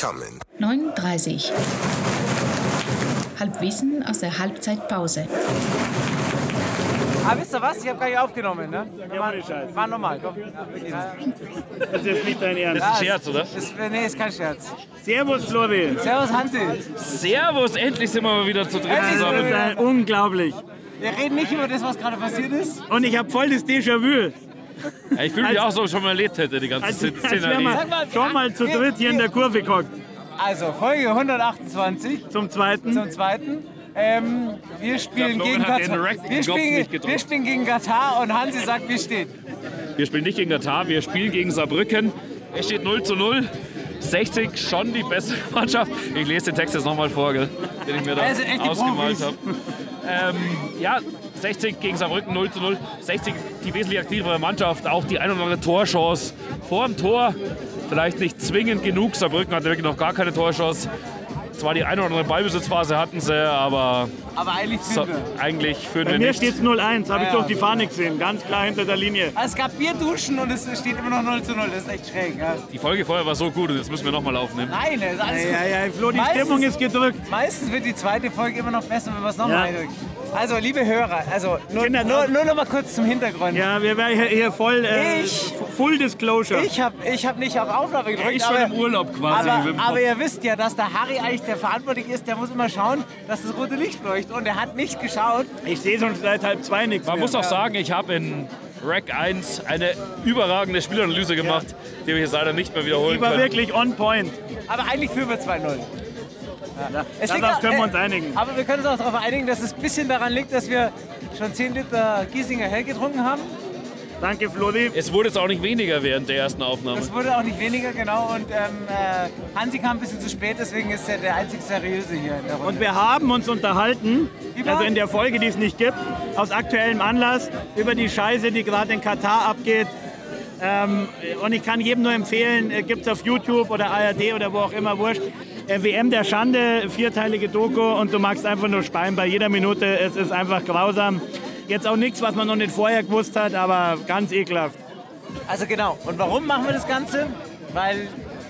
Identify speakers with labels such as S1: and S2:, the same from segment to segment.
S1: coming.
S2: 39. Halbwissen aus der Halbzeitpause.
S3: Aber Ah, wisst ihr was? Ich habe gar nicht aufgenommen, ne? War, war normal, komm.
S4: Das ist jetzt nicht dein Ernst.
S5: Das ist ein Scherz, oder?
S3: Ist, nee, ist kein Scherz.
S4: Servus, Flori.
S3: Servus, Hansi. Wir
S5: Servus, endlich sind wir mal wieder zu dritt
S3: Endlich sind
S4: Das
S5: zusammen.
S4: ist ein unglaublich.
S3: reden nicht über das, was gerade passiert ist.
S4: Und ich habe voll das Déjà-vu.
S5: Ja, Ich fühle mich auch so, als ob ich schon mal erlebt hätte, die ganze
S4: Als,
S5: Szene-
S4: als wären
S5: Szenerie.
S4: wir schon mal zu dritt hier in der Kurve gehockt.
S3: Also, Folge 128
S4: Zum Zweiten.
S3: zum zweiten. Ähm, wir, spielen
S5: Florian
S3: gegen
S5: hat den
S3: Katar.
S5: rechten
S3: wir,
S5: Knopf
S3: spielen,
S5: nicht gedrückt.
S3: wir spielen gegen Katar und Hansi sagt, wie steht.
S5: Wir spielen nicht gegen Katar, wir spielen gegen Saarbrücken. Es steht 0 zu 0. 60 schon die bessere Mannschaft. Ich lese den Text jetzt nochmal vor, gell, den ich mir da
S3: Also echt die
S5: ausgemalt
S3: Profis.
S5: habe. Ähm, ja, 60 gegen Saarbrücken 0 zu 0. 60 die wesentlich aktivere Mannschaft, auch die ein oder andere Torchance vor dem Tor. Vielleicht nicht zwingend genug. Saarbrücken hatte wirklich noch gar keine Torchance. Zwar die ein oder andere Ballbesitzphase hatten sie, aber
S3: Aber eigentlich
S5: so,
S3: sind wir.
S5: eigentlich führen
S4: Bei
S5: wir
S4: mir
S5: nicht.
S4: steht es 0-1, habe ich
S3: Ja.
S4: durch die Fahne gesehen. Ganz klar hinter der Linie.
S3: Also, es gab Bierduschen und es steht immer noch 0 zu 0. Das ist echt schräg. Ja.
S5: Die Folge vorher war so gut und jetzt müssen wir nochmal aufnehmen.
S3: Nein, das ist alles
S4: Ja,
S3: gut.
S4: ja, ja, Flo, die
S3: Meistens-
S4: Stimmung ist gedrückt.
S3: Meistens wird die zweite Folge immer noch besser, wenn wir es
S4: Ja.
S3: nochmal ja. Also, liebe Hörer, also nur,
S4: Kinder,
S3: nur, nur noch mal kurz zum Hintergrund.
S4: Ja, wir wären hier, hier voll äh,
S3: Ich-
S4: Full Disclosure.
S3: Ich habe ich hab nicht auf Aufnahme gedrückt.
S5: ist schon
S3: aber,
S5: im Urlaub quasi. Mit
S3: Aber,
S5: dem
S3: aber
S5: Kopf.
S3: ihr wisst ja, dass der Harry eigentlich der Verantwortliche ist. Der muss immer schauen, dass das rote Licht leuchtet. Und er hat nicht geschaut.
S4: Ich sehe schon seit halb zwei nichts
S5: Man
S4: mehr.
S5: muss auch sagen, ich habe in Rack 1 eine überragende Spielanalyse gemacht, die wir jetzt leider nicht mehr wiederholen
S4: Die war
S5: können.
S4: wirklich on point.
S3: Aber eigentlich führen wir 2-0. Es liegt
S4: Darauf
S3: auch-
S4: können wir
S3: äh,
S4: uns einigen.
S3: Aber wir können uns auch darauf einigen, dass es ein bisschen daran liegt, dass wir schon 10 Liter Giesinger Hell getrunken haben.
S4: Danke, Flori.
S5: Es wurde jetzt auch nicht weniger während der ersten Aufnahme.
S3: Das wurde auch nicht weniger, genau. Und ähm, äh, Hansi kam ein bisschen zu spät, deswegen ist er der einzig Seriöse hier in der Runde.
S4: Und wir haben uns unterhalten,
S3: Über-
S4: also in der Folge, die es nicht gibt, aus aktuellem Anlass, über die Scheiße, die gerade in Katar abgeht. Ähm, und ich kann jedem nur empfehlen, äh, gibt es auf YouTube oder ARD oder wo auch immer, wurscht. Äh, WM der Schande, vierteilige Doku und du magst einfach nur speien bei jeder Minute. Es ist einfach grausam. Jetzt auch nichts, was man noch nicht vorher gewusst hat, aber ganz ekelhaft.
S3: Also genau. Und warum machen wir das Ganze? Weil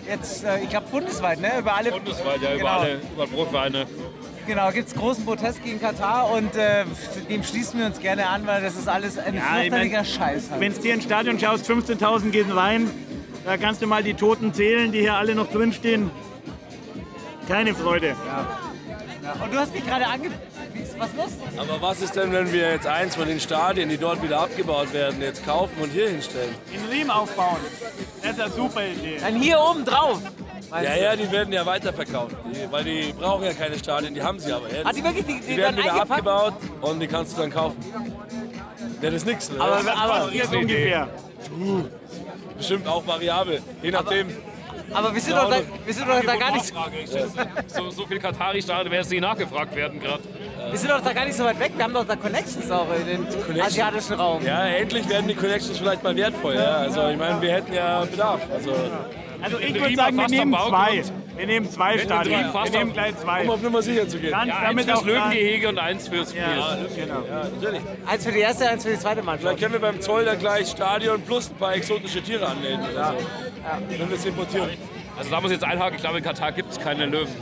S3: jetzt, äh, ich glaube bundesweit, ne? Über alle.
S5: Bundesweit, ja, über
S3: Genau.
S5: alle, über Bruchvereine.
S3: Genau, gibt es großen Protest gegen Katar und äh, dem schließen wir uns gerne an, weil das ist alles ein
S4: Ja, ich mein-
S3: fürchterlicher Scheiß. Halt.
S4: Wenn du dir ins Stadion schaust, 15.000 gehen rein. Da kannst du mal die Toten zählen, die hier alle noch drinstehen. Keine Freude.
S3: Und du hast mich gerade ange... Was ist los?
S6: Aber was ist denn, wenn wir jetzt eins von den Stadien, die dort wieder abgebaut werden, jetzt kaufen und hier hinstellen?
S4: In Riem aufbauen. Das ist eine super Idee.
S3: Dann hier oben drauf.
S6: Ja, ja, die werden ja weiterverkauft, die, weil die brauchen ja keine Stadien, die haben sie aber jetzt.
S3: Hat die wirklich die, die,
S6: Die
S3: dann
S6: werden wieder
S3: eingepackt?
S6: abgebaut und die kannst du dann kaufen. Ja, das ist nix, ne?
S3: Aber,
S6: das ist
S3: aber,
S4: Jetzt Also ungefähr.
S6: bestimmt auch variabel, je nachdem.
S3: aber wir sind doch da, wir sind doch da gar nicht,
S5: So, so viel Katari-Stadion wäre jetzt nicht nachgefragt werden gerade.
S3: wir sind doch da gar nicht so weit weg. Wir haben doch da Connections auch in den asiatischen Raum.
S6: Ja, endlich werden die Connections vielleicht mal wertvoll. Ja. Also ich meine, wir hätten ja Bedarf. Also,
S4: Also ich
S5: In
S4: würde
S5: Riem
S4: sagen, wir
S5: fast am
S4: nehmen
S5: Bau
S4: zwei.
S5: gemacht.
S4: Wir nehmen zwei
S5: Wenn in Riem
S4: Stadien. Wir
S5: fast
S4: nehmen
S5: am-
S4: gleich
S6: um
S4: zwei.
S6: auf Nummer sicher zu gehen.
S4: Dann
S5: Ja, eins
S4: damit
S5: fürs
S4: auch klar-
S5: Löwengehege und eins fürs Spiel.
S4: Ja, genau.
S6: Natürlich.
S3: Eins für die erste, eins für die zweite Mannschaft.
S6: Vielleicht können wir beim Zoll dann gleich Stadion plus ein paar exotische Tiere anmelden oder so. Wenn wir es importieren.
S5: Also da muss ich jetzt einhaken, ich glaube in Katar gibt es keine Löwen.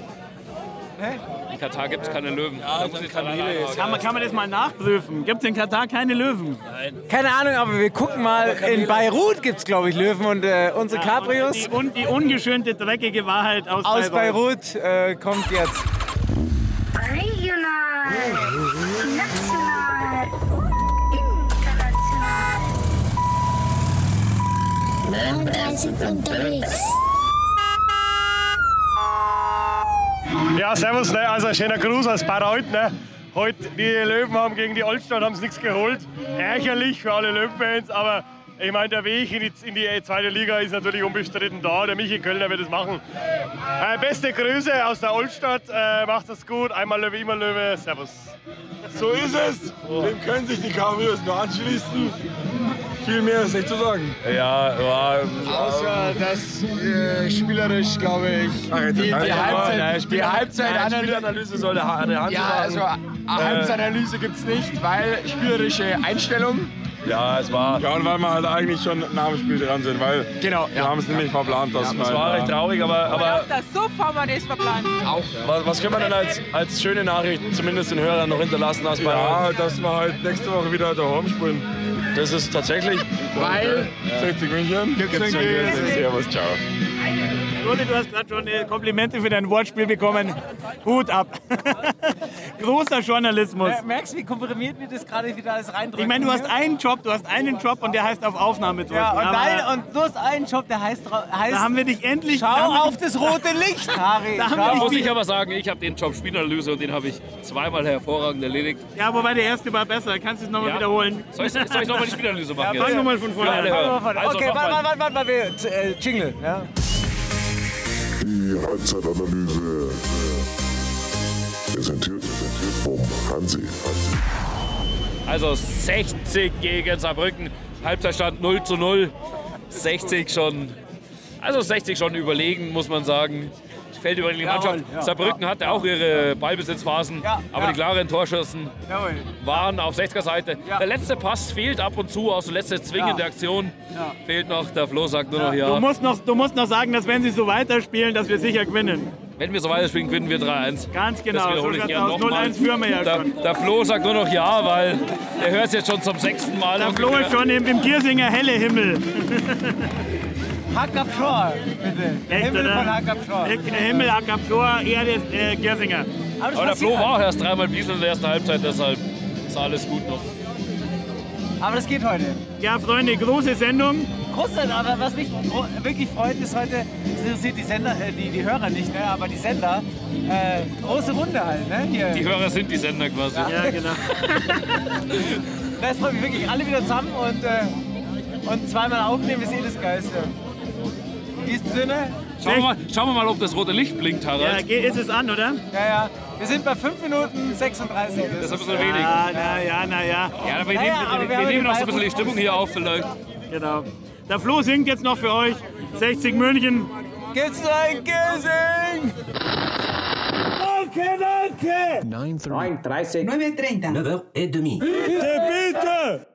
S3: Hä?
S5: In Katar gibt es keine Löwen. da muss
S6: dann
S5: ich jetzt allein
S6: Kamele ist-
S5: einhaken.
S4: Kann man, kann man das mal nachprüfen? Gibt es in Katar keine Löwen?
S3: Keine Ahnung, aber wir gucken mal. In Beirut gibt es, glaube ich, Löwen und äh, unsere Cabrios.
S4: Die, un, die ungeschönte, dreckige Wahrheit aus,
S3: aus Beirut äh, kommt jetzt.
S7: Regional, national, international. 39 unterwegs.
S8: Ja, servus, ne? also ein schöner Gruß aus Bayreuth. Ne? Heute die Löwen haben gegen die Altstadt haben's nichts geholt. Ärgerlich für alle Löwenfans, aber ich meine, der Weg in die, in die zweite Liga ist natürlich unbestritten da. Der Michi Kölner wird es machen. Äh, beste Grüße aus der Altstadt, äh, macht es gut. Einmal Löwe, immer Löwe, servus.
S9: So ist es. Dem können sich die Cabrios nur anschließen. Viel mehr ist nicht zu sagen.
S6: Ja,
S9: Außer, dass
S6: äh,
S9: spielerisch, glaube ich,
S6: die,
S9: Halbzeit- die Halbzeitanalyse-
S6: Halbzeitanalyse soll der, Ha- der Hansi
S9: Ja,
S6: machen.
S9: also eine Halbzeitanalyse gibt es nicht, weil spielerische Einstellung
S6: Ja, es war,
S9: Ja, und weil wir halt eigentlich schon nach dem Spiel dran sind, weil
S6: Genau,
S9: wir
S6: ja.
S9: haben es nämlich verplant, dass halt-
S6: es war recht traurig, aber, aber
S1: Das so haben wir das verplant.
S6: was, was können wir denn als, als schöne Nachricht zumindest den Hörern noch hinterlassen aus Bayern?
S9: Ja, dass wir halt nächste Woche wieder daheim spielen.
S6: Das ist tatsächlich,
S9: Weil? 60 München.
S6: Gibt's München.
S9: Servus, ciao.
S4: Uli, du hast gerade schon äh, Komplimente für dein Wortspiel bekommen. Hut ab. Großer Journalismus.
S3: Mer- Merkst du, wie komprimiert wir das gerade wieder alles reindrücken?
S4: Ich meine, du hast einen Job, du hast einen Job und der heißt auf Aufnahme drücken.
S3: Ja, und,
S4: aber
S3: dein, und du hast einen Job, der heißt... dra- heißt
S4: da haben wir dich endlich.
S3: Schau
S4: da haben wir
S3: auf das rote Licht, Harry.
S4: Da haben
S3: Schau
S4: wir
S3: auf-
S4: dich-
S5: Muss ich aber sagen, ich habe den Job Spielanalyse und den habe ich zweimal hervorragend erledigt.
S4: dich- Ja, wobei der erste war besser. Kannst du es nochmal
S5: Ja.
S4: wiederholen?
S5: Soll ich, soll ich nochmal die Spielanalyse machen?
S4: Ja, fang
S5: jetzt?
S4: doch mal von vorne
S5: Für alle
S4: an.
S5: Hörer. Also
S3: okay,
S5: noch mal.
S3: warte, warte, warte, warte, warte, äh, Jingle. Ja.
S10: Die Halbzeitanalyse. Präsentiert vom Hansi.
S5: Also 60 gegen Saarbrücken. Halbzeitstand 0 zu 0. 60 schon. Also 60 schon überlegen, muss man sagen. Fällt über die Mannschaft.
S3: Jawohl, ja.
S5: Saarbrücken hatte auch ihre Ballbesitzphasen,
S3: Ja,
S5: aber
S3: ja.
S5: die klaren Torschüssen
S3: Jawohl.
S5: waren auf 60er Seite.
S3: Ja.
S5: Der letzte Pass fehlt ab und zu, auch so letzte zwingende
S3: Ja.
S5: Aktion
S3: Ja.
S5: fehlt noch. Der Flo sagt nur noch
S4: Du
S5: ja.
S4: musst, noch, du musst noch sagen, dass wenn sie so weiterspielen, dass wir sicher gewinnen.
S5: Wenn wir so weiterspielen, gewinnen wir 3-1.
S4: Ganz
S5: Das
S4: genau. So
S5: wiederhole ich
S4: schaut's
S5: gerne
S4: aus.
S5: nochmal.
S4: 0-1 führen wir ja
S5: Der,
S4: schon.
S5: der Flo sagt nur noch ja, weil der hört es jetzt schon zum sechsten Mal.
S4: Da floh
S5: ungefähr.
S4: ist schon im, im Giersinger helle Himmel.
S3: Hack up Shore, bitte. Der
S4: Echt,
S3: Himmel
S4: oder?
S3: von Hack up Shore.
S4: Hick- Himmel, Akapsor, Erde, äh, Giersinger.
S3: das
S5: Aber der Flo
S3: passiert halt.
S5: war auch erst dreimal Biesel in der ersten Halbzeit, deshalb ist alles gut noch.
S3: halt. Aber das geht heute.
S4: Ja, Freunde, große Sendung.
S3: Großteil, aber was mich gro- wirklich freut, ist heute, das interessiert die Sender, äh, die, die Hörer nicht, ne? aber die Sender, äh, große Runde halt, ne? Hier.
S5: Die Hörer sind die Sender quasi.
S4: Ja, genau.
S3: Das freut mich wirklich alle wieder zusammen und, äh, und zweimal aufnehmen ist eh das Geilste. In diesem Sinne,
S5: Schauen, wir mal, schauen wir mal, ob das rote Licht blinkt,
S4: Ja,
S5: Harald.
S4: geh- ist es an, oder?
S3: ja, ja, wir sind bei 5 Minuten 36.
S5: Das ist ein
S3: ist-
S5: bisschen wenig. Ja,
S4: Ah, na ja, na ja,
S5: aber wir
S3: Ja,
S5: nehmen,
S3: ja, aber wir
S5: wir
S3: haben
S5: nehmen
S3: die
S5: noch so ein
S3: Bayern-
S5: bisschen die Stimmung hier auf vielleicht.
S4: genau. Der Flo singt jetzt noch für euch. 60 München.
S3: Gibt's noch ein Kissing?
S4: Danke, danke.
S1: 9.30.
S4: Bitte, bitte.